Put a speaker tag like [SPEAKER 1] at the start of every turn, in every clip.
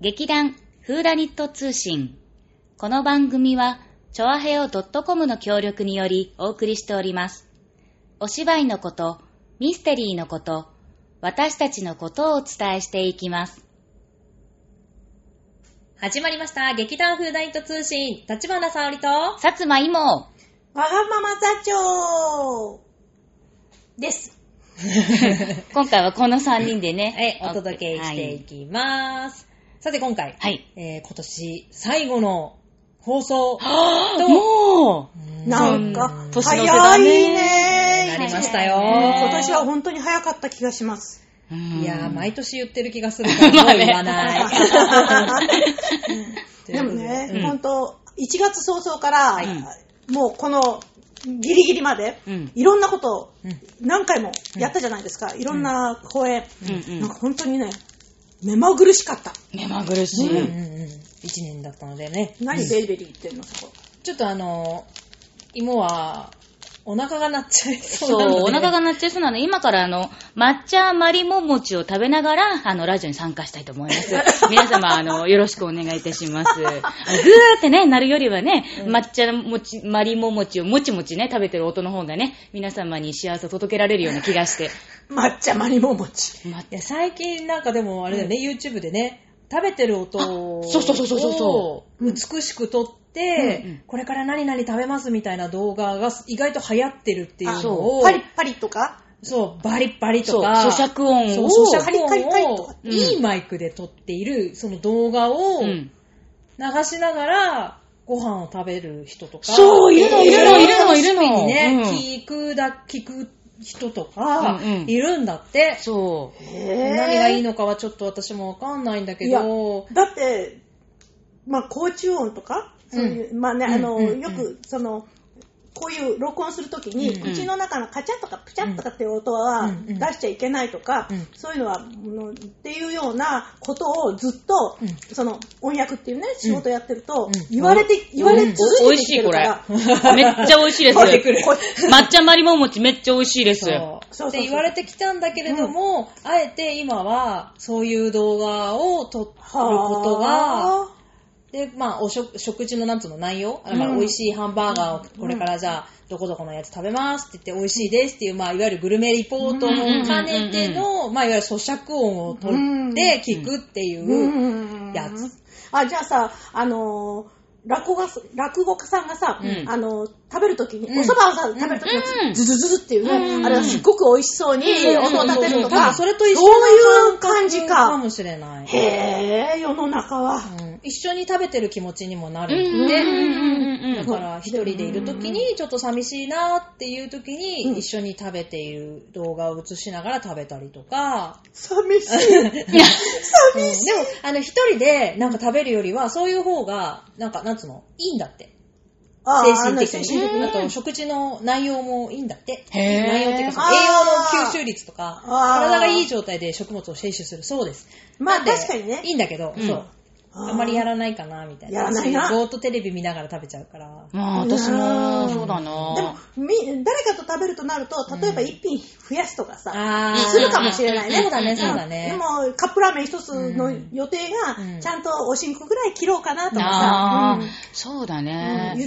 [SPEAKER 1] 劇団フーダニット通信。この番組は、チョアヘオ .com の協力によりお送りしております。お芝居のこと、ミステリーのこと、私たちのことをお伝えしていきます。
[SPEAKER 2] 始まりました。劇団風ダイト通信、立花沙織と、わ
[SPEAKER 1] 薩摩 芋
[SPEAKER 2] がまま座長です。
[SPEAKER 1] 今回はこの3人で
[SPEAKER 2] え、
[SPEAKER 1] ね
[SPEAKER 2] お届けしていきます。さて今回、
[SPEAKER 1] はい
[SPEAKER 2] えー今年最後の放送
[SPEAKER 1] はい。
[SPEAKER 2] と、
[SPEAKER 1] も
[SPEAKER 3] なんか
[SPEAKER 2] うん、
[SPEAKER 1] 年の瀬だ
[SPEAKER 3] 早い
[SPEAKER 1] ね
[SPEAKER 3] ね。
[SPEAKER 2] なりましたよ。
[SPEAKER 1] ね
[SPEAKER 3] 今年は本当に早かった気が します。
[SPEAKER 1] う、
[SPEAKER 2] いやー、毎年言ってる気がするか
[SPEAKER 1] まあ
[SPEAKER 2] ら、もう
[SPEAKER 1] ね
[SPEAKER 2] 言わない。
[SPEAKER 3] でもね、
[SPEAKER 2] うん
[SPEAKER 3] 本当、1月早々から、
[SPEAKER 1] い
[SPEAKER 3] もうこのギリギリまで、
[SPEAKER 1] うん
[SPEAKER 3] いろんなことを
[SPEAKER 2] うん
[SPEAKER 3] 何回もやったじゃないですか。いろんな公演、
[SPEAKER 1] うんうん
[SPEAKER 3] なんか本当にね、目まぐるしかった。
[SPEAKER 1] 目まぐるし
[SPEAKER 2] うんうん
[SPEAKER 1] い。
[SPEAKER 2] うん一年だったのでね。
[SPEAKER 3] 何ベリベリ言ってんの、そこ。
[SPEAKER 2] ちょっとあの、芋は、お腹が鳴っちゃいそうなので。
[SPEAKER 1] そう、お腹が鳴っちゃいそうなので、今からあの、抹茶マリモ餅を食べながら、あの、ラジオに参加したいと思います。皆様、あの、よろしくお願いいたします。あのぐーってね、なるよりはね、抹茶餅、マリモ餅をもちもちね、食べてる音の方がね、皆様に幸せを届けられるような気がして。
[SPEAKER 3] 抹茶マリモ餅。
[SPEAKER 1] ま
[SPEAKER 2] いや、最近なんかでもあれだよね、YouTube でね、食べてる音を、
[SPEAKER 1] そうそうそうそうそうそ
[SPEAKER 2] 美しく撮って、
[SPEAKER 1] うんうん
[SPEAKER 2] これから何々食べますみたいな動画が意外と流行ってるっていうのを、
[SPEAKER 3] パリッパリとか、
[SPEAKER 2] そう、バリッバリ
[SPEAKER 1] そ
[SPEAKER 2] と
[SPEAKER 1] う、
[SPEAKER 2] か、
[SPEAKER 1] 咀嚼音を。
[SPEAKER 2] そう
[SPEAKER 3] カリカリカリとか
[SPEAKER 2] うんいいマイクで撮っている、その動画を
[SPEAKER 1] う
[SPEAKER 2] 流
[SPEAKER 1] ん
[SPEAKER 2] しながら、ご飯を食べる人とか、
[SPEAKER 1] そういるのいるのいるのいるの
[SPEAKER 2] 楽しみにね、
[SPEAKER 1] うん
[SPEAKER 2] 聞くだ、聞く人とか
[SPEAKER 1] うんうん、
[SPEAKER 2] いるんだって。
[SPEAKER 1] そう。
[SPEAKER 2] 何がいい
[SPEAKER 3] の
[SPEAKER 2] のかはちょっと私もわかんないんだけ
[SPEAKER 3] いや
[SPEAKER 2] ど、
[SPEAKER 3] だって、まあ、高中音とか、そういう、まあね、あの、
[SPEAKER 2] うんうん
[SPEAKER 3] よく、その、こういう録音するときに、
[SPEAKER 2] うん
[SPEAKER 3] 口の中のカチャとかプチャとかっていう音は
[SPEAKER 2] うん
[SPEAKER 3] 出しちゃいけないとか、
[SPEAKER 2] うん
[SPEAKER 3] そういうのは、もうっていうようなことをずっと、
[SPEAKER 2] うん
[SPEAKER 3] その、翻訳っていうね、仕事やってると、
[SPEAKER 2] うん
[SPEAKER 3] 言われて、言われ続
[SPEAKER 1] お美味
[SPEAKER 3] けてき
[SPEAKER 1] してい、
[SPEAKER 3] る
[SPEAKER 1] こ
[SPEAKER 3] か
[SPEAKER 1] れ
[SPEAKER 3] ら。。
[SPEAKER 1] めっちゃ美味しい です。
[SPEAKER 3] これこ
[SPEAKER 1] 抹茶マリモ餅めっちゃ美味しいです。
[SPEAKER 2] そ。
[SPEAKER 3] そうう
[SPEAKER 2] って言われてきたんだけれども、あえて今は、そういう動画を撮ることは、
[SPEAKER 3] あ
[SPEAKER 2] で、まあ、お食食事のなんつうの内容、だ
[SPEAKER 3] ん
[SPEAKER 2] から美味しいハンバーガーをこれからじゃあ、どこどこのやつ食べますって言って、美味しいですっていう、まあ、いわゆるグルメリポートも兼ねての、まあ、いわゆる咀嚼音を撮って聞くっていうう、
[SPEAKER 3] ん。
[SPEAKER 2] やつ
[SPEAKER 3] あ、じゃあさ、あのー落語が、落語家さんがさ、
[SPEAKER 1] うん
[SPEAKER 3] あのー食べるときに、
[SPEAKER 2] うん
[SPEAKER 3] お蕎麦をさ、食べるとき
[SPEAKER 1] うん
[SPEAKER 3] に、ズズズズっていうね、
[SPEAKER 1] うん
[SPEAKER 3] あれはすっごく美味しそうに
[SPEAKER 1] うん
[SPEAKER 3] 音を立てる
[SPEAKER 2] 多分
[SPEAKER 3] とか、
[SPEAKER 2] それと一緒
[SPEAKER 3] そういう感じ
[SPEAKER 2] か
[SPEAKER 3] か。
[SPEAKER 2] もしれない。
[SPEAKER 3] へえ、世の中は。
[SPEAKER 2] うん一緒に食べてる気持ちにもな
[SPEAKER 1] う
[SPEAKER 2] る
[SPEAKER 1] ん
[SPEAKER 2] ん
[SPEAKER 1] うん
[SPEAKER 2] で、
[SPEAKER 1] うんうんう
[SPEAKER 2] だ
[SPEAKER 1] ん
[SPEAKER 2] から一人でいる時にちょっと寂しいなっていう時に一緒に食べている動画を映しながら食べたりとか、
[SPEAKER 3] 寂しい。
[SPEAKER 2] うんでもあの一人でなんか食べるよりはそういう方がなんかなんつうのいいんだって
[SPEAKER 3] あ
[SPEAKER 2] 精
[SPEAKER 3] ー
[SPEAKER 2] 神的
[SPEAKER 3] あの
[SPEAKER 2] に
[SPEAKER 3] 精神的
[SPEAKER 2] あと食事の内容もいいんだって
[SPEAKER 1] へー
[SPEAKER 2] 内容っていうかその
[SPEAKER 3] あー
[SPEAKER 2] 栄養の吸収率とか
[SPEAKER 3] あー
[SPEAKER 2] 体がいい状態で食物を摂取するそうです
[SPEAKER 3] まあ
[SPEAKER 2] なんで
[SPEAKER 3] 確かにね
[SPEAKER 2] いいんだけど、
[SPEAKER 1] うん
[SPEAKER 2] そう
[SPEAKER 3] あー
[SPEAKER 2] あんまりやらないかなみたいな
[SPEAKER 3] やらないな
[SPEAKER 2] 私ぼーっとテレビ見ながら食べちゃうから
[SPEAKER 1] まあ、私も、そうだな。
[SPEAKER 3] でも、み誰かと食べるとなると、例えば一品増やすとかさ、
[SPEAKER 2] あー
[SPEAKER 3] するかもしれないね。
[SPEAKER 2] そうだねそうだね
[SPEAKER 3] んでも、カップラーメン一つの
[SPEAKER 2] うん
[SPEAKER 3] 予定
[SPEAKER 2] うん
[SPEAKER 3] が、ちゃんとおしんこぐらい切ろうかなとか
[SPEAKER 1] あ
[SPEAKER 3] さ
[SPEAKER 1] あ、
[SPEAKER 3] うん
[SPEAKER 1] そうだ
[SPEAKER 3] うん、ゆ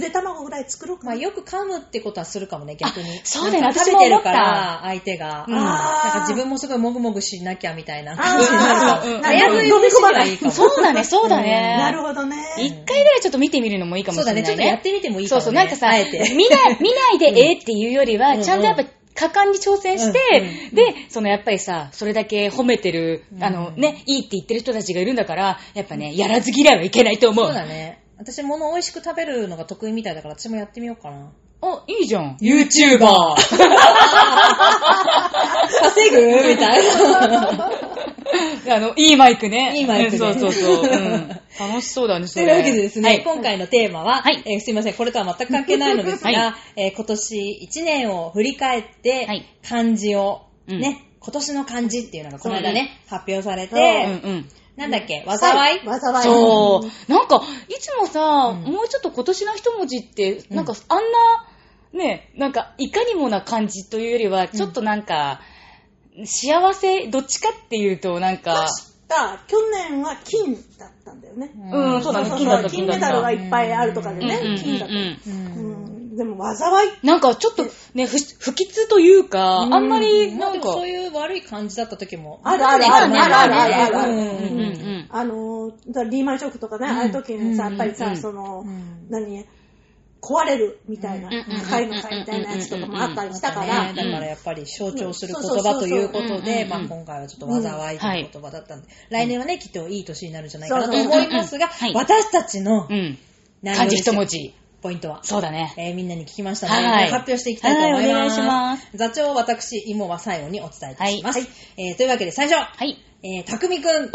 [SPEAKER 1] ね。
[SPEAKER 3] で卵ぐらい作ろうか
[SPEAKER 2] ま
[SPEAKER 3] な。
[SPEAKER 2] あ、よく噛むってことはするかもね、逆に。
[SPEAKER 1] そうだよね
[SPEAKER 2] なんか
[SPEAKER 1] 私
[SPEAKER 2] 食
[SPEAKER 1] も
[SPEAKER 2] べて
[SPEAKER 1] 思っ
[SPEAKER 2] る
[SPEAKER 1] た
[SPEAKER 2] から、相手が。
[SPEAKER 1] うん
[SPEAKER 2] なんか自分もすごいもぐもぐしなきゃみたいな
[SPEAKER 3] あ
[SPEAKER 2] 感じにな
[SPEAKER 3] ー
[SPEAKER 2] る
[SPEAKER 1] うん
[SPEAKER 2] から。早
[SPEAKER 3] うん
[SPEAKER 2] 食い
[SPEAKER 3] 飲み込ま
[SPEAKER 2] な
[SPEAKER 3] ないい
[SPEAKER 2] いかも。
[SPEAKER 1] そうだね、そうだね。
[SPEAKER 3] なるほどね。
[SPEAKER 1] 一回ぐらいちょっと見てみるのもいいかも
[SPEAKER 2] そう
[SPEAKER 1] しれ
[SPEAKER 2] だ
[SPEAKER 1] ないね。
[SPEAKER 2] ね、ちょっとやってみてもいいか
[SPEAKER 1] そう
[SPEAKER 2] も
[SPEAKER 1] そう、なん
[SPEAKER 2] ね。
[SPEAKER 1] かさ、
[SPEAKER 2] あ
[SPEAKER 1] 見な
[SPEAKER 2] えて。
[SPEAKER 1] い、見ないでええっていうよりは、
[SPEAKER 2] うん
[SPEAKER 1] ちゃんとやっぱ果敢に挑戦して、
[SPEAKER 2] う
[SPEAKER 1] で、そのやっぱりさ、それだけ褒めてる、
[SPEAKER 2] うん
[SPEAKER 1] あのね、いいって言ってる人たちがいるんだから、やっぱね、やらず嫌いはいけないと思う。
[SPEAKER 2] そうだね。私、物美味しく食べるのが得意みたいだから、私もやってみようかな。
[SPEAKER 1] あ、いいじゃん。
[SPEAKER 2] YouTuber! 稼ぐみたいな。
[SPEAKER 1] あの、いいマイクね。
[SPEAKER 2] いいマイクね
[SPEAKER 1] そうそうそう。 うん楽しそうだね、そ
[SPEAKER 2] とい
[SPEAKER 1] れ。
[SPEAKER 2] うわけでですね、
[SPEAKER 1] はい
[SPEAKER 2] 今回のテーマは、
[SPEAKER 1] はい
[SPEAKER 2] えーすいません、これとは全く関係ないのですが、
[SPEAKER 1] は
[SPEAKER 2] えー今年1年を振り返って、
[SPEAKER 1] はい
[SPEAKER 2] 漢字を、
[SPEAKER 1] うん
[SPEAKER 2] ね、今年の漢字っていうのがこの間ね、発表され
[SPEAKER 1] うん
[SPEAKER 2] て、
[SPEAKER 1] うん。
[SPEAKER 2] なんだっけ、災い
[SPEAKER 3] わざわい。
[SPEAKER 1] そう。なんか、いつもさ、
[SPEAKER 2] うん
[SPEAKER 1] もうちょっと今年の一文字って、
[SPEAKER 2] うん
[SPEAKER 1] なんか、あんな、ね、なんか、いかにもな感じというよりは、ちょっとなんか、幸せ、どっちかっていうと、なんか、
[SPEAKER 3] だ去年は金だったね。
[SPEAKER 2] うん
[SPEAKER 1] うん、そうだね、
[SPEAKER 3] そう
[SPEAKER 1] 金
[SPEAKER 3] そ
[SPEAKER 1] だ
[SPEAKER 3] う
[SPEAKER 1] った、
[SPEAKER 3] 金
[SPEAKER 1] 金
[SPEAKER 3] メ
[SPEAKER 1] だ
[SPEAKER 3] ダルが
[SPEAKER 1] っ
[SPEAKER 3] いっぱいあるとか
[SPEAKER 1] た。
[SPEAKER 3] で
[SPEAKER 1] うんうんう
[SPEAKER 3] ね、金だった。
[SPEAKER 1] ん
[SPEAKER 2] う
[SPEAKER 3] うんん、でも災い
[SPEAKER 1] なんかちょっとね、不不吉というか、あんまり
[SPEAKER 2] まあ
[SPEAKER 1] な
[SPEAKER 2] で
[SPEAKER 1] ん
[SPEAKER 2] も
[SPEAKER 1] か、
[SPEAKER 2] そういう悪い感じだった時も。
[SPEAKER 3] あるあるあるあるあるあるある
[SPEAKER 2] うん
[SPEAKER 1] うんうんうん。
[SPEAKER 3] あのー、リーマンショックとかね、ああいう時にさ、
[SPEAKER 2] うん
[SPEAKER 3] やっぱりさ、
[SPEAKER 1] うん
[SPEAKER 3] そ
[SPEAKER 2] う
[SPEAKER 3] の、
[SPEAKER 2] ん
[SPEAKER 3] 何、壊れるみたいな、
[SPEAKER 1] うん
[SPEAKER 3] 高いの買いみたいなやつとかもあったりしたか
[SPEAKER 2] だ
[SPEAKER 3] ら、
[SPEAKER 1] ん
[SPEAKER 2] ねだからやっぱり象徴する言葉ということで、
[SPEAKER 1] うん
[SPEAKER 2] まあ今回はちょっと災いという言葉だったんで、来年はね、きっといい年になるんじゃないかなと思いますが
[SPEAKER 1] そうそうそううん、
[SPEAKER 2] 私たちの
[SPEAKER 1] うん。
[SPEAKER 2] 何
[SPEAKER 1] 漢
[SPEAKER 2] より
[SPEAKER 1] 字一文字。
[SPEAKER 2] ポイントは、
[SPEAKER 1] そうだね。
[SPEAKER 2] えーみんなに聞きましたので、
[SPEAKER 1] はい
[SPEAKER 2] 発表していきたいと思います。
[SPEAKER 1] はいお願いします
[SPEAKER 2] 座長、私、芋は最後にお伝えいたします。
[SPEAKER 1] はい
[SPEAKER 2] えーというわけで最初、
[SPEAKER 1] はい。
[SPEAKER 2] えー、たくみくん、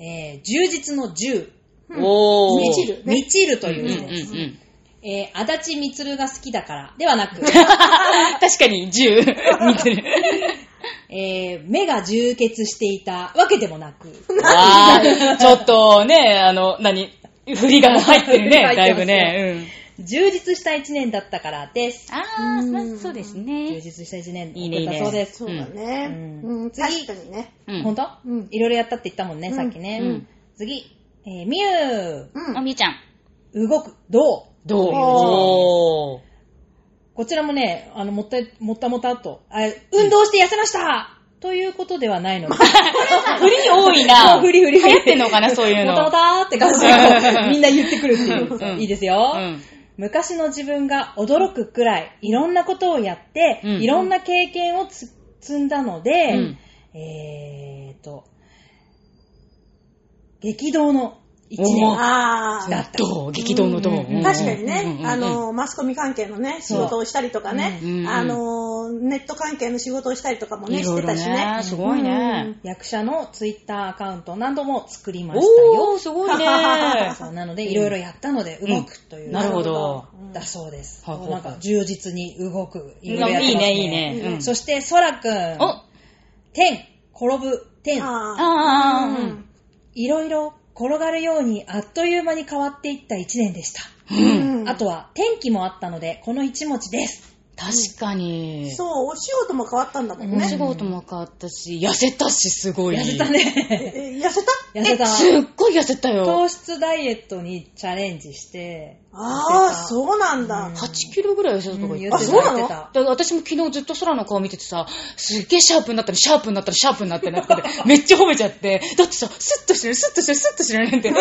[SPEAKER 2] えー、充実の10、
[SPEAKER 3] うん
[SPEAKER 1] お
[SPEAKER 3] み
[SPEAKER 1] ー。
[SPEAKER 3] ちるね
[SPEAKER 2] みちると
[SPEAKER 1] う
[SPEAKER 2] い
[SPEAKER 1] んうん
[SPEAKER 2] う
[SPEAKER 1] う
[SPEAKER 2] ね、
[SPEAKER 1] ん。
[SPEAKER 2] えー、足立みつるが好きだからではな く、
[SPEAKER 1] 確かに、銃、見てる。
[SPEAKER 2] えー、目が充血していたわけでもなく、
[SPEAKER 1] わー、ちょっとね、あの、何振りが入ってる
[SPEAKER 2] 振りが
[SPEAKER 1] ね、だ
[SPEAKER 2] 入
[SPEAKER 1] い
[SPEAKER 2] ってま
[SPEAKER 1] ぶ
[SPEAKER 2] すね
[SPEAKER 1] ね。
[SPEAKER 2] 充実した1年だったからです。
[SPEAKER 1] うん。あ
[SPEAKER 3] ーまあそうです
[SPEAKER 2] 充
[SPEAKER 1] ね。
[SPEAKER 2] 実した1年
[SPEAKER 1] いいねいい
[SPEAKER 2] だっ
[SPEAKER 1] ね
[SPEAKER 2] たそうです。
[SPEAKER 3] そうだね、
[SPEAKER 2] う
[SPEAKER 3] うん
[SPEAKER 2] 次
[SPEAKER 3] 確かにね。
[SPEAKER 1] うん。
[SPEAKER 2] 本当、
[SPEAKER 3] うん
[SPEAKER 2] いろいろやったって言ったもんね、
[SPEAKER 3] うん
[SPEAKER 2] さっきね。
[SPEAKER 1] うん
[SPEAKER 2] 次、えー、みゆー、
[SPEAKER 3] うん
[SPEAKER 1] あ、みゆちゃん。
[SPEAKER 2] 動く、どう
[SPEAKER 1] どう
[SPEAKER 3] お
[SPEAKER 1] おー。
[SPEAKER 2] こちらもね、あの、もったい、もったもたっと、あ運動して痩せました、ということではな いので、
[SPEAKER 1] 振り多い な。
[SPEAKER 2] 振り振り
[SPEAKER 1] 流行ってんのかな、そういう
[SPEAKER 2] もた
[SPEAKER 1] の。
[SPEAKER 2] もたっ て感じがみんな言ってくるっていう。
[SPEAKER 1] うん
[SPEAKER 2] いいですよ、
[SPEAKER 1] うん。
[SPEAKER 2] 昔の自分が驚くくらい、いろんなことをやって、
[SPEAKER 1] うん
[SPEAKER 2] いろんな経験をつ積んだので、
[SPEAKER 1] うん
[SPEAKER 2] えーと、激動の一
[SPEAKER 1] お
[SPEAKER 2] 年
[SPEAKER 3] あ
[SPEAKER 2] だ
[SPEAKER 3] あ、
[SPEAKER 2] った。
[SPEAKER 1] どう激動のどう。
[SPEAKER 2] うんうんうん
[SPEAKER 3] 確かに
[SPEAKER 1] うんうん
[SPEAKER 3] ね
[SPEAKER 1] う、ん
[SPEAKER 3] あのー、マスコミ関係のね、仕
[SPEAKER 2] そう
[SPEAKER 3] 事をしたりとかね、
[SPEAKER 1] うん
[SPEAKER 3] あのー、ネット関係の仕事をしたりとかもね、
[SPEAKER 1] い
[SPEAKER 3] し
[SPEAKER 1] ろい
[SPEAKER 3] て
[SPEAKER 1] ろ
[SPEAKER 3] たしね
[SPEAKER 1] ね。。すごいね。
[SPEAKER 2] 役者のツイッターアカウントなども作りましたよ。
[SPEAKER 1] おー、すごい ね。
[SPEAKER 2] そうなので、いろいろやったので動くという、
[SPEAKER 1] なるほど。
[SPEAKER 2] だそうです。
[SPEAKER 1] はあはあ
[SPEAKER 2] なんか充実に動く。
[SPEAKER 1] いい
[SPEAKER 2] ろろやってます
[SPEAKER 1] ね、いいね。うん
[SPEAKER 2] そして、そらくん。
[SPEAKER 1] お、あ
[SPEAKER 2] 天、転ぶ、天。
[SPEAKER 3] ああ、
[SPEAKER 1] あ
[SPEAKER 3] う
[SPEAKER 1] ー、
[SPEAKER 3] ん
[SPEAKER 2] いろいろ転がるようにあっという間に変わっていった一年でした。
[SPEAKER 3] うん
[SPEAKER 2] あとは、天気もあったので、この一文字です。
[SPEAKER 1] 確かに。
[SPEAKER 3] そう、お仕事も変わったんだもん
[SPEAKER 1] お
[SPEAKER 3] ね。
[SPEAKER 1] 仕事も変わったし、痩せたし、すごい。
[SPEAKER 2] 痩せた。
[SPEAKER 3] え
[SPEAKER 2] ね。
[SPEAKER 3] 痩せた
[SPEAKER 2] 痩せた。
[SPEAKER 1] すっごい痩せたよ。
[SPEAKER 2] 糖質ダイエットにチャレンジして、
[SPEAKER 3] ああ、
[SPEAKER 2] う。
[SPEAKER 3] そうなんだ。
[SPEAKER 1] 8キロぐらい痩せたとか言
[SPEAKER 2] 言
[SPEAKER 1] っ
[SPEAKER 2] ってて
[SPEAKER 1] た
[SPEAKER 2] た、
[SPEAKER 3] あそうな
[SPEAKER 2] 言
[SPEAKER 3] の
[SPEAKER 2] ってた。
[SPEAKER 1] だから私も昨日ずっと空の顔見ててさ、すっげえシャープになったら、シャープになったら、シャープになってな って、めっちゃ褒めちゃって、だってさ、スッとしてる、スッとしてる、スッとしてるなんて。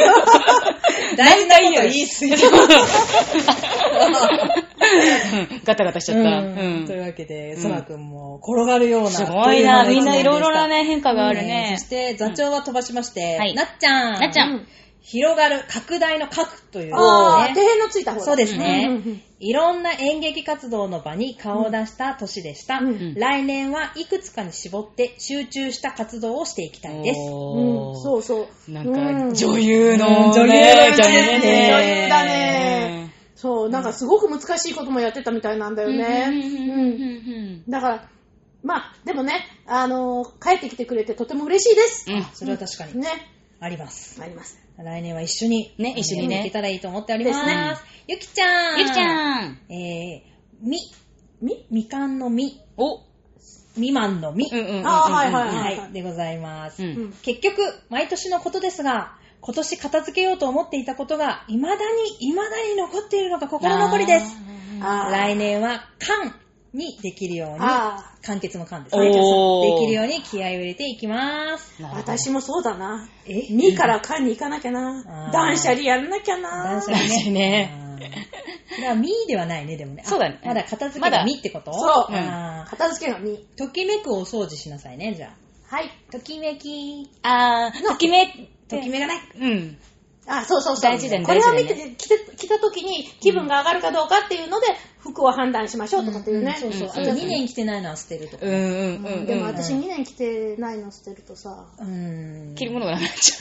[SPEAKER 2] 大事なこと言い過ぎ。
[SPEAKER 1] うんガタガタしちゃった。う
[SPEAKER 2] うん
[SPEAKER 1] ん
[SPEAKER 2] というわけで、そらくんも転がるような。
[SPEAKER 1] すごいな、
[SPEAKER 2] あっとう間の一年で
[SPEAKER 1] み
[SPEAKER 2] し
[SPEAKER 1] んないろい
[SPEAKER 2] た
[SPEAKER 1] ろなね、変化があるね
[SPEAKER 2] そし。て、座長は飛ばしまして、
[SPEAKER 1] はい
[SPEAKER 2] なっちゃん。
[SPEAKER 1] なっちゃん
[SPEAKER 2] 広がる、拡大の核という、
[SPEAKER 3] ああ、
[SPEAKER 2] ね
[SPEAKER 3] 手辺のついた方だ
[SPEAKER 2] そうですね、
[SPEAKER 3] うんうんうん
[SPEAKER 2] いろんな演劇活動の場に顔を出した年でした。
[SPEAKER 3] うん
[SPEAKER 1] うん
[SPEAKER 2] 来年はいくつかに絞って集中した活動をしていきたいです。
[SPEAKER 1] お
[SPEAKER 3] う
[SPEAKER 1] ー
[SPEAKER 3] ん、そうそう。
[SPEAKER 1] な
[SPEAKER 3] うん
[SPEAKER 1] か、女優の、
[SPEAKER 2] うん
[SPEAKER 1] ね
[SPEAKER 2] 女優だね
[SPEAKER 3] 女優だね。そう、なんかすごく難しいこともやってたみたいなんだよね。うん。
[SPEAKER 1] ね。
[SPEAKER 3] だから、まあ、でもね、あのー、帰ってきてくれてとても嬉しいです。
[SPEAKER 1] うん。
[SPEAKER 2] それは確かに
[SPEAKER 3] ね、
[SPEAKER 2] あります。
[SPEAKER 3] あります。
[SPEAKER 2] 来年は一緒に、
[SPEAKER 1] ね一緒にね
[SPEAKER 2] いけたらいいと思っております。
[SPEAKER 3] です
[SPEAKER 1] ね
[SPEAKER 2] ゆきちゃん。
[SPEAKER 1] ゆきちゃん。
[SPEAKER 2] えー、み、み、みかんのみ、
[SPEAKER 1] お、うん
[SPEAKER 2] みまんのみ。
[SPEAKER 1] うんうんうん。
[SPEAKER 3] あーはいはい
[SPEAKER 2] はい、でございます。
[SPEAKER 1] うん
[SPEAKER 3] うん
[SPEAKER 2] 結局、毎年のことですが、今年片付けようと思っていたことが、未だに、未だに残っているのが心残りです。
[SPEAKER 3] あー
[SPEAKER 2] 来年は、完にできるように、
[SPEAKER 3] あ
[SPEAKER 2] 完結の完ですね。で
[SPEAKER 1] おー
[SPEAKER 2] きるように気合を入れていきます。
[SPEAKER 1] なる
[SPEAKER 3] あ、
[SPEAKER 1] ほど
[SPEAKER 3] 私もそうだな。
[SPEAKER 2] え
[SPEAKER 3] 2からかに行かなき
[SPEAKER 2] あ
[SPEAKER 3] ゃな。
[SPEAKER 2] ー
[SPEAKER 3] 断捨離やらなきゃ
[SPEAKER 2] 断
[SPEAKER 3] な。
[SPEAKER 2] 捨
[SPEAKER 1] 断捨離
[SPEAKER 2] 離ね
[SPEAKER 1] ね。
[SPEAKER 2] あーそれは、みではないね、でもね。あ
[SPEAKER 1] そうだね
[SPEAKER 2] まだ片付
[SPEAKER 1] ま
[SPEAKER 2] けが
[SPEAKER 1] だ
[SPEAKER 2] みってこと
[SPEAKER 3] そう
[SPEAKER 2] あー
[SPEAKER 3] 片付けが2。
[SPEAKER 2] ときめくお掃除しなさいね、じゃあ。
[SPEAKER 3] はい。
[SPEAKER 2] ときめき。
[SPEAKER 1] あー、ときめ、
[SPEAKER 2] ときめがない。
[SPEAKER 1] うん。
[SPEAKER 3] あ、そうそうそう。
[SPEAKER 1] 大事だよね
[SPEAKER 3] これを
[SPEAKER 1] 大
[SPEAKER 3] 見
[SPEAKER 1] 事だよ
[SPEAKER 3] て、着て、着た時に気分が上がるかどうかっていうので、服を判断しましょうとかっていうね。
[SPEAKER 2] そうそう。あ
[SPEAKER 1] うん
[SPEAKER 2] と2年着てないのは捨てるとか
[SPEAKER 1] うん。うんうんうん。
[SPEAKER 3] でも私2年着てないの捨てるとさ、
[SPEAKER 2] うん。
[SPEAKER 1] 着るものがなくなっち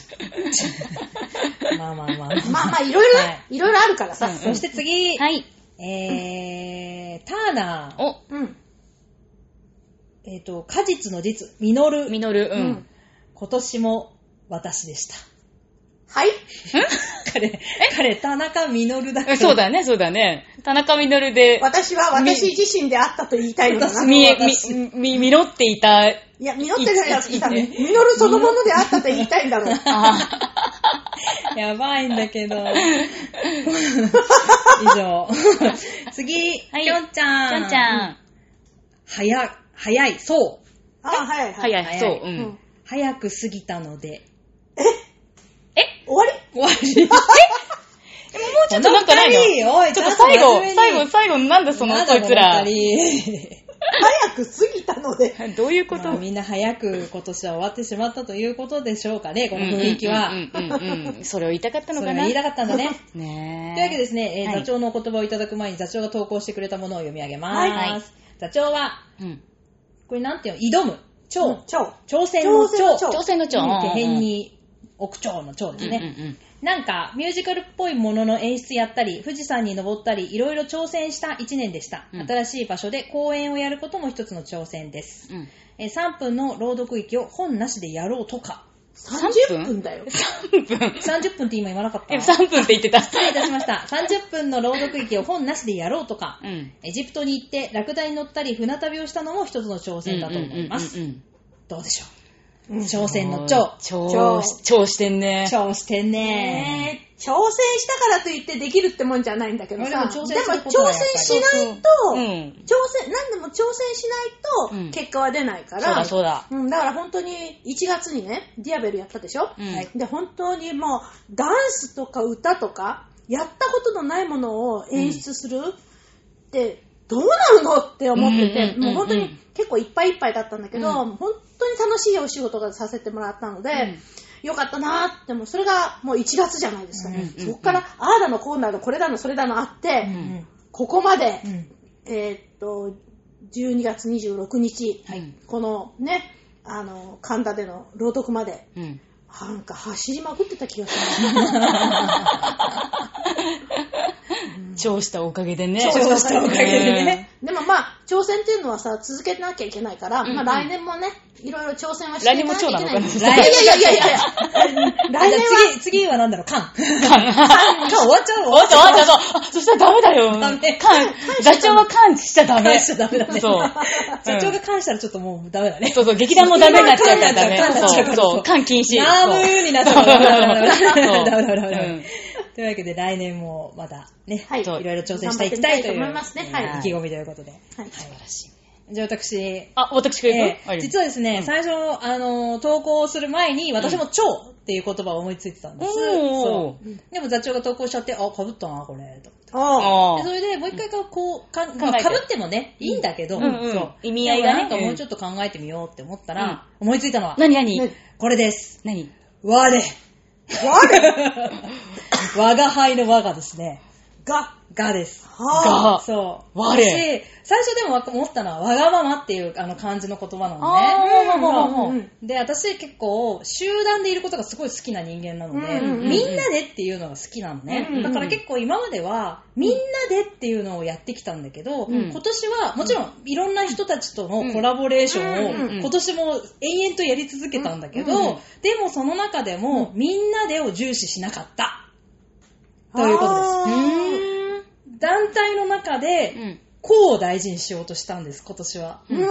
[SPEAKER 2] まあま あまあまあ。
[SPEAKER 3] まあまあいろいろ
[SPEAKER 2] は
[SPEAKER 3] ね、いろいろあるからさ。
[SPEAKER 2] そして次、
[SPEAKER 1] ゃう。はい。
[SPEAKER 2] えー、ターナー、
[SPEAKER 1] お、
[SPEAKER 3] うん。
[SPEAKER 2] えっ、と、果実の実、実る、
[SPEAKER 1] みのる、う
[SPEAKER 3] うんん。
[SPEAKER 2] 今年も私でした。
[SPEAKER 3] はい
[SPEAKER 2] 彼、彼、田中実るだ
[SPEAKER 1] え
[SPEAKER 2] け
[SPEAKER 1] そうだね、そうだね。田中みのるで、
[SPEAKER 3] 私は私自身であったと言いたいのだな。
[SPEAKER 1] みえ、
[SPEAKER 2] 私
[SPEAKER 1] み、み、みのっていた、
[SPEAKER 3] いや、実ってないやつ来たね。実るそのものであったと言いたいんだろう。
[SPEAKER 1] あ
[SPEAKER 2] やばいんだけ ど。以上。次、き
[SPEAKER 1] はい
[SPEAKER 2] ょんちゃ
[SPEAKER 1] ち
[SPEAKER 2] ん。
[SPEAKER 1] ゃんちゃん。
[SPEAKER 2] 早い、早い、そう。
[SPEAKER 3] あ、はい、はい。
[SPEAKER 1] 早い、そう。う
[SPEAKER 3] うんん。
[SPEAKER 2] 早く過ぎたので。
[SPEAKER 3] 終わり
[SPEAKER 2] 終わ り。
[SPEAKER 1] もうちょっとなんかないの
[SPEAKER 2] この二人おい
[SPEAKER 1] ちょっと最
[SPEAKER 2] ちゃ
[SPEAKER 1] 後
[SPEAKER 2] んと真面目、に
[SPEAKER 1] 最後、最後、なんだその、
[SPEAKER 2] ま
[SPEAKER 1] こ
[SPEAKER 2] だ
[SPEAKER 1] いつら
[SPEAKER 2] 物。足り
[SPEAKER 3] 早く過ぎたので。
[SPEAKER 1] どういうこ
[SPEAKER 2] まあ
[SPEAKER 1] と
[SPEAKER 2] みんな早く今年は終わってしまったということでしょうかね、この雰囲気は。
[SPEAKER 1] うんうんうんうんうんそれを言いたかったの
[SPEAKER 2] それ
[SPEAKER 1] か
[SPEAKER 2] が
[SPEAKER 1] な。
[SPEAKER 2] 言いたかったんだね。
[SPEAKER 1] ねえ。
[SPEAKER 2] というわけでですね、えー
[SPEAKER 1] はい
[SPEAKER 2] 座長のお言葉をいただく前に座長が投稿してくれたものを読み上げます。
[SPEAKER 1] はいはい
[SPEAKER 2] 座長は、
[SPEAKER 1] うん。
[SPEAKER 2] これなんていうの挑む。
[SPEAKER 3] 超
[SPEAKER 2] 挑。
[SPEAKER 3] 超。
[SPEAKER 2] 挑戦の
[SPEAKER 3] 挑戦の
[SPEAKER 2] 挑。
[SPEAKER 3] 挑
[SPEAKER 1] 挑戦の長。
[SPEAKER 2] 手辺に奥長の長ですね。
[SPEAKER 1] ね。
[SPEAKER 2] なんか、ミュージカルっぽいものの演出やったり、富士山に登ったり、いろいろ挑戦した1年でした。
[SPEAKER 1] うん
[SPEAKER 2] 新しい場所で公演をやることも一つの挑戦です。
[SPEAKER 1] うんうん
[SPEAKER 2] えー3分の朗読劇を本なしでやろうとか。
[SPEAKER 3] 30分だよ。
[SPEAKER 2] 30分って今言わなかった
[SPEAKER 1] え、3分って言って た。
[SPEAKER 2] 失礼いたしました。30分の朗読劇を本なしでやろうとか、
[SPEAKER 1] うん。
[SPEAKER 2] エジプトに行ってラクダに乗ったり船旅をしたのも一つの挑戦だと思います。
[SPEAKER 1] うんうんうん
[SPEAKER 2] どうでしょ
[SPEAKER 3] うん
[SPEAKER 2] う挑戦
[SPEAKER 1] う
[SPEAKER 2] の
[SPEAKER 1] ん。
[SPEAKER 2] 超。
[SPEAKER 1] 超、超してんね。
[SPEAKER 2] 超してんね。
[SPEAKER 3] ねえ挑戦したからといってできるってもんじゃないんだけど
[SPEAKER 2] で
[SPEAKER 3] さ。
[SPEAKER 2] も
[SPEAKER 3] で
[SPEAKER 2] 挑
[SPEAKER 3] も挑
[SPEAKER 2] 戦
[SPEAKER 3] 戦
[SPEAKER 2] す
[SPEAKER 3] し
[SPEAKER 2] ることはやっぱり
[SPEAKER 3] ないと、
[SPEAKER 1] うん。
[SPEAKER 3] 挑戦、何でも挑戦し
[SPEAKER 1] う
[SPEAKER 3] なんいと結果は出ない
[SPEAKER 1] そ
[SPEAKER 3] か
[SPEAKER 1] う
[SPEAKER 3] ら。
[SPEAKER 1] だそうだ。
[SPEAKER 3] うん、だから本当に1月にね、ディアベルやったでしょ、
[SPEAKER 1] うん
[SPEAKER 3] はいで、本当にもうダンスとか歌とか、やったことのないものを演出するって、どうなるのって思ってて、
[SPEAKER 1] うんうんうんうん
[SPEAKER 3] もう本当に結構いっぱいいっぱいだったんだけど、
[SPEAKER 1] う
[SPEAKER 3] 本当に楽しいお仕事がさせてもらったので、よかったなーって、もうそれがもう1月じゃないですかね。
[SPEAKER 1] うんうんうん
[SPEAKER 3] そこから、ああだのこうだの、これだの、それだのあって、
[SPEAKER 1] う
[SPEAKER 2] うんん。
[SPEAKER 3] ここまで、
[SPEAKER 2] うん。
[SPEAKER 3] えーっと、12月26日、
[SPEAKER 1] はい
[SPEAKER 3] このね、あの、神田での朗読まで、
[SPEAKER 1] うん。
[SPEAKER 3] なんか走りまくってた気 がする。
[SPEAKER 1] 超したおかげでね。
[SPEAKER 2] 超したおかげでね。
[SPEAKER 3] でもまあ、挑戦っていうのはさ、続けなきゃいけないから、
[SPEAKER 1] うん
[SPEAKER 3] まあ来年もね、いろいろ挑戦はしていかなきゃいけない。
[SPEAKER 1] 来年も
[SPEAKER 3] い
[SPEAKER 1] 長
[SPEAKER 3] や
[SPEAKER 1] ないのかな
[SPEAKER 3] やいやいやいや 来
[SPEAKER 2] じゃ
[SPEAKER 3] 年
[SPEAKER 2] あ
[SPEAKER 3] は、
[SPEAKER 2] 次、次は何だろう缶。缶。缶終わっちゃう
[SPEAKER 1] おっと、あんたそう。あそしたらダメだよ。
[SPEAKER 2] ダメ
[SPEAKER 1] 缶座長は感知しちゃダメ。
[SPEAKER 2] 缶しちゃダメだね
[SPEAKER 1] そう。
[SPEAKER 2] 社長
[SPEAKER 1] う
[SPEAKER 2] が
[SPEAKER 1] ん
[SPEAKER 2] 缶したらちょっともうダメだね。
[SPEAKER 1] そうそう、劇団もダメになっちゃうからダメ。
[SPEAKER 2] 缶になっちゃう
[SPEAKER 1] そうそう、缶禁止。
[SPEAKER 2] ナームーになっちゃうから
[SPEAKER 1] そう
[SPEAKER 2] ダメダメダメダメダメダメダメ
[SPEAKER 1] うん
[SPEAKER 2] というわけで来年もまたね、
[SPEAKER 3] はい
[SPEAKER 2] いろいろ挑戦していきたいという
[SPEAKER 3] 頑張ってみたいと思いますねはい
[SPEAKER 2] 意気込みということで。
[SPEAKER 3] はい
[SPEAKER 1] 素晴らしい。
[SPEAKER 2] じゃあ私、
[SPEAKER 1] あ、私から行
[SPEAKER 2] え
[SPEAKER 1] く
[SPEAKER 2] ー
[SPEAKER 1] はい
[SPEAKER 2] 実はですね、最初、あのー、投稿する前に、私も超っていう言葉を思いついてたんです。
[SPEAKER 1] おー
[SPEAKER 2] そうでも座長が投稿しちゃって、あ、かぶったな、これ、と。
[SPEAKER 3] おう
[SPEAKER 1] あ
[SPEAKER 2] でそ
[SPEAKER 1] ー
[SPEAKER 2] れで、もう一回か、こう、か、ま
[SPEAKER 1] 考え
[SPEAKER 2] あ、
[SPEAKER 1] て
[SPEAKER 2] かぶってもね、いいんだけど、
[SPEAKER 1] うんうん
[SPEAKER 2] そう。
[SPEAKER 1] 意味合いがね
[SPEAKER 2] でもなんかもうちょっと考えてみようって思ったら、思いついたのは、
[SPEAKER 1] 何何
[SPEAKER 3] ね
[SPEAKER 2] これです。
[SPEAKER 1] 何
[SPEAKER 2] 我。我我が輩の我がですね。が、がです。
[SPEAKER 3] は
[SPEAKER 1] あ
[SPEAKER 2] そう。
[SPEAKER 1] 我
[SPEAKER 2] 私最初でも思ったのは、わがままっていうあの漢字の言葉なの
[SPEAKER 1] あ
[SPEAKER 2] ね。
[SPEAKER 1] ー、ほうほうほうほ
[SPEAKER 3] う
[SPEAKER 1] うん
[SPEAKER 2] で、私結構、集団でいることがすごい好きな人間なので、
[SPEAKER 3] うんうんうん
[SPEAKER 2] みんなでっていうのが好きなのね、
[SPEAKER 3] うんうん
[SPEAKER 2] だから結構今までは、みんなでっていうのをやってきたんだけど、
[SPEAKER 1] ん
[SPEAKER 2] 今年は、もちろんいろんな人たちとのコラボレーション
[SPEAKER 1] うん
[SPEAKER 2] を、今年も延々とやり続けたんだけど、
[SPEAKER 1] うんうん
[SPEAKER 2] でもその中でも、みんなでを重視しなかった。
[SPEAKER 3] あ
[SPEAKER 2] ということです
[SPEAKER 3] あ
[SPEAKER 1] う
[SPEAKER 3] ー
[SPEAKER 1] ーん
[SPEAKER 2] 団体の中で、
[SPEAKER 1] うん。
[SPEAKER 2] こう大事にしようとしたんです、今年は。
[SPEAKER 3] うんうん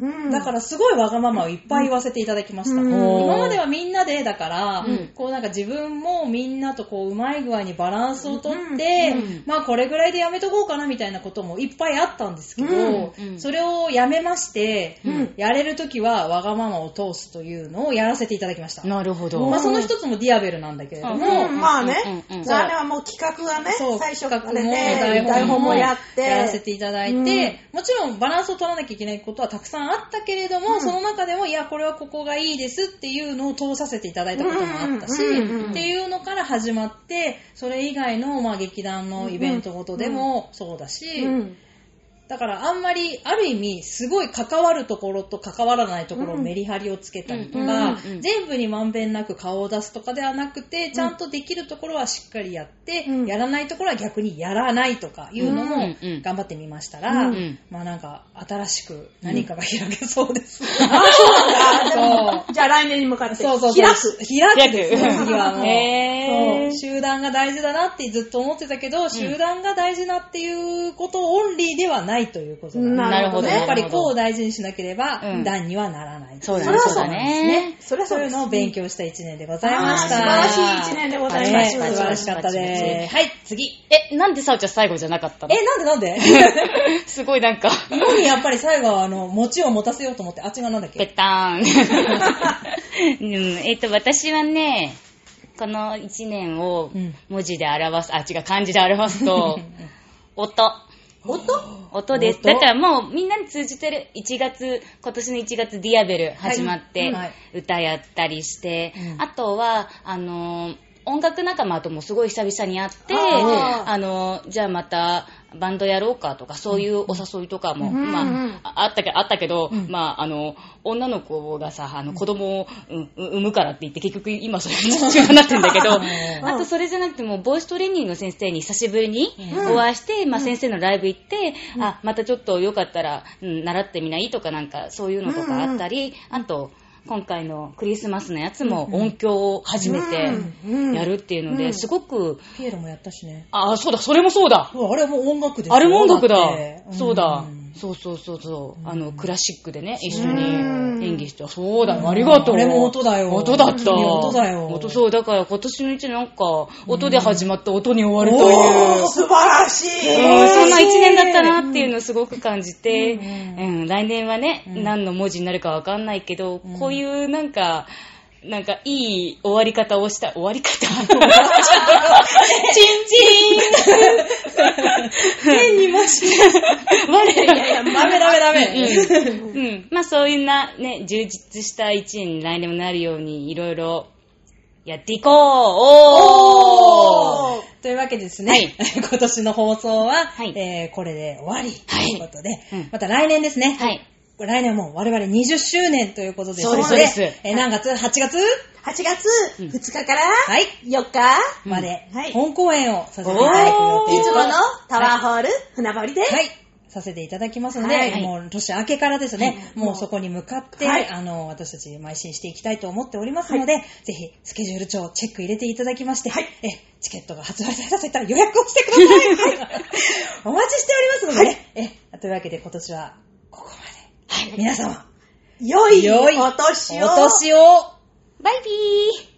[SPEAKER 3] うんうん。
[SPEAKER 2] だからすごいわがままをいっぱい言わせていただきました。
[SPEAKER 3] うん
[SPEAKER 2] 今まではみんなでだから、
[SPEAKER 1] うん
[SPEAKER 2] こうなんか自分もみんなとこううまい具合にバランスをとって、
[SPEAKER 1] うんうん
[SPEAKER 2] まあこれぐらいでやめとこうかなみたいなこともいっぱいあったんですけど、
[SPEAKER 1] うんうん
[SPEAKER 2] それをやめまして、
[SPEAKER 3] うん
[SPEAKER 2] やれるときはわがままを通すというのをやらせていただきました。
[SPEAKER 1] なるほど。
[SPEAKER 2] まあその一つもディアベルなんだけれど
[SPEAKER 1] うん
[SPEAKER 2] も、
[SPEAKER 3] うんまあね、
[SPEAKER 1] うんうんうん
[SPEAKER 3] あれはもう企画がね、
[SPEAKER 2] そう
[SPEAKER 3] 最初
[SPEAKER 2] 企
[SPEAKER 3] か
[SPEAKER 2] 画
[SPEAKER 3] ら
[SPEAKER 2] も
[SPEAKER 3] ね、
[SPEAKER 2] 台
[SPEAKER 3] 台
[SPEAKER 2] 本
[SPEAKER 3] 本
[SPEAKER 2] も
[SPEAKER 3] も
[SPEAKER 2] や
[SPEAKER 3] や
[SPEAKER 2] っ
[SPEAKER 3] ってて、
[SPEAKER 2] やらせていただいて、もちろんバランスを取らなきゃいけないことはたくさんあったけれども、その中でも、いや、これはここがいいですっていうのを通させていただいたこともあったし、
[SPEAKER 3] うんうんうん
[SPEAKER 2] っていうのから始まって、それ以外の、まあ、劇団のイベントごとでもそうだし、
[SPEAKER 3] うん
[SPEAKER 2] だからあんまり、ある意味、すごい関わるところと関わらないところをメリハリをつけたりとか、
[SPEAKER 1] うんうんうん
[SPEAKER 2] 全部にまんべんなく顔を出すとかではなくて、ちゃんとできるところはしっかりやって、
[SPEAKER 3] うん
[SPEAKER 2] やらないところは逆にやらないとかいうの
[SPEAKER 1] うん
[SPEAKER 2] も
[SPEAKER 1] うんうん
[SPEAKER 2] 頑張ってみましたら、
[SPEAKER 3] うん
[SPEAKER 2] まあなんか新しく何かが開けそうです。
[SPEAKER 3] あ、そうなんだ。
[SPEAKER 2] そ
[SPEAKER 3] でもじゃあ来年に向かって、
[SPEAKER 2] そうそうそう。
[SPEAKER 3] 開く。。
[SPEAKER 2] 開くですね
[SPEAKER 1] 開く
[SPEAKER 2] 次はもう。
[SPEAKER 1] へー
[SPEAKER 2] そう集団が大事だなってずっと思ってたけど、集団が大事なっていうことオンリーではなないということなんで
[SPEAKER 1] なるほど。
[SPEAKER 2] やっぱり
[SPEAKER 1] なる
[SPEAKER 2] こ
[SPEAKER 1] ほ
[SPEAKER 2] う
[SPEAKER 1] ど
[SPEAKER 2] 大事にしなければ
[SPEAKER 1] うん、
[SPEAKER 2] 段にはならない。
[SPEAKER 1] そう
[SPEAKER 3] そ
[SPEAKER 1] だ
[SPEAKER 3] れ
[SPEAKER 1] ね。
[SPEAKER 3] は
[SPEAKER 1] そう
[SPEAKER 3] そう
[SPEAKER 1] だね。
[SPEAKER 3] それは
[SPEAKER 2] そう
[SPEAKER 3] で
[SPEAKER 2] いう
[SPEAKER 3] す
[SPEAKER 2] のを勉強した一年でございました。
[SPEAKER 3] あー素晴らしい一年でございます
[SPEAKER 2] は素晴らしかったです。はい、次。
[SPEAKER 1] え、なんでさおちゃん最後じゃなかったの
[SPEAKER 2] え、なんでなんで
[SPEAKER 1] すごいなんか、
[SPEAKER 2] 今にやっぱり最後は、あの、餅を持たせようと思って、あっちがなんだっ
[SPEAKER 1] ぺ
[SPEAKER 2] け
[SPEAKER 1] ったーん。 うん、えっと、私はね、この一年を
[SPEAKER 2] うん
[SPEAKER 1] 文字で表す、あ、違う、漢字で表すと、音。
[SPEAKER 2] 音
[SPEAKER 1] 音です。
[SPEAKER 2] 音
[SPEAKER 1] だからもうみんなに通じてる1月、今年の1月ディアベル始まっ
[SPEAKER 2] はい
[SPEAKER 1] て
[SPEAKER 2] はい、
[SPEAKER 1] 歌やったりして、
[SPEAKER 2] うん
[SPEAKER 1] あとは、あのー、音楽仲間ともすごい久々に会って、
[SPEAKER 3] あ
[SPEAKER 1] あ
[SPEAKER 3] ー
[SPEAKER 1] のー、じゃあまたバンドやろうかとか、そういうお誘いとかも、
[SPEAKER 3] うんうんうん
[SPEAKER 1] まあ、ああったけあったけど、
[SPEAKER 2] うん
[SPEAKER 1] まあ、あの、女の子がさ、あの、子供を、うんうん産むからって言って、結局今それが父親になってんだけど、
[SPEAKER 2] うん
[SPEAKER 1] あとそれじゃなくても、ボイストレーニングの先生に久しぶりにお会いして、まあ先生のライブ行って、あ、またちょっとよかったら、うん、習ってみないとかなんか、そういうのとかあったり、あと、今回のクリスマスのやつも音響を初め
[SPEAKER 3] うん
[SPEAKER 1] てやるっていうの
[SPEAKER 3] う
[SPEAKER 1] で、
[SPEAKER 3] ん
[SPEAKER 1] すごく、
[SPEAKER 2] ピエロもやったしね。
[SPEAKER 1] あ、そうだ、それもそうだ
[SPEAKER 2] うわあれも音楽ですよ
[SPEAKER 1] あれも音楽
[SPEAKER 2] だっ
[SPEAKER 1] だ
[SPEAKER 2] て。
[SPEAKER 1] そうだ
[SPEAKER 2] ん。
[SPEAKER 1] そうそうそうそう。
[SPEAKER 2] ん
[SPEAKER 1] あの、クラシックでね、一緒
[SPEAKER 3] うん
[SPEAKER 1] に演技して。そうだ、ありがとう。
[SPEAKER 2] あれも音だよ
[SPEAKER 1] 音だった。
[SPEAKER 2] うん音だよ
[SPEAKER 1] 音そう。だから今年の一年なんか、音で始まって音に終わるという。
[SPEAKER 3] おー、素晴らしい。
[SPEAKER 1] うんそんな一年だったなっていうのをすごく感じて、うん、来年はね、何の文字になるかわかんないけど、こういうなんか、なんかいい終わり方をした、終わり方 チンチ
[SPEAKER 2] 変にマジ
[SPEAKER 1] ン我ら
[SPEAKER 2] いや、ダメダメダメ。
[SPEAKER 1] うん。まあそういうな、ね、充実した一年に来年もなるように、いろいろやっていこうおー
[SPEAKER 3] おー
[SPEAKER 2] というわけでですね、
[SPEAKER 1] はい
[SPEAKER 2] 今年の放送は、
[SPEAKER 1] はい
[SPEAKER 2] えーこれで終わりと
[SPEAKER 1] はい
[SPEAKER 2] いうことで、
[SPEAKER 1] うん
[SPEAKER 2] また来年ですね、
[SPEAKER 1] はい。
[SPEAKER 2] 来年はもう我々20周年ということです
[SPEAKER 1] そう
[SPEAKER 2] の
[SPEAKER 1] で
[SPEAKER 2] で、
[SPEAKER 1] すそうです
[SPEAKER 2] えー何月 ?8 月
[SPEAKER 3] 8月2日から
[SPEAKER 2] はい
[SPEAKER 3] 4日、
[SPEAKER 2] まで、
[SPEAKER 3] うんはい
[SPEAKER 2] 本公演をさせていただく予
[SPEAKER 1] お
[SPEAKER 2] 定
[SPEAKER 1] ー
[SPEAKER 3] い
[SPEAKER 2] で
[SPEAKER 3] つものタワーホール船堀で、
[SPEAKER 2] はい。させていただきますので、
[SPEAKER 3] はい
[SPEAKER 2] もう年明けからですね、もうそこに向かって、
[SPEAKER 3] はい
[SPEAKER 2] あの、私たち邁進していきたいと思っておりますので、ぜひ、スケジュール帳チェック入れていただきまして、え、チケットが発売されたといったら予約をしてください。はいお待ちしておりますのでね、え、というわけで今年はここまで。皆様、
[SPEAKER 3] 良い
[SPEAKER 2] 良い
[SPEAKER 3] お年を。
[SPEAKER 2] お年を
[SPEAKER 1] バイビー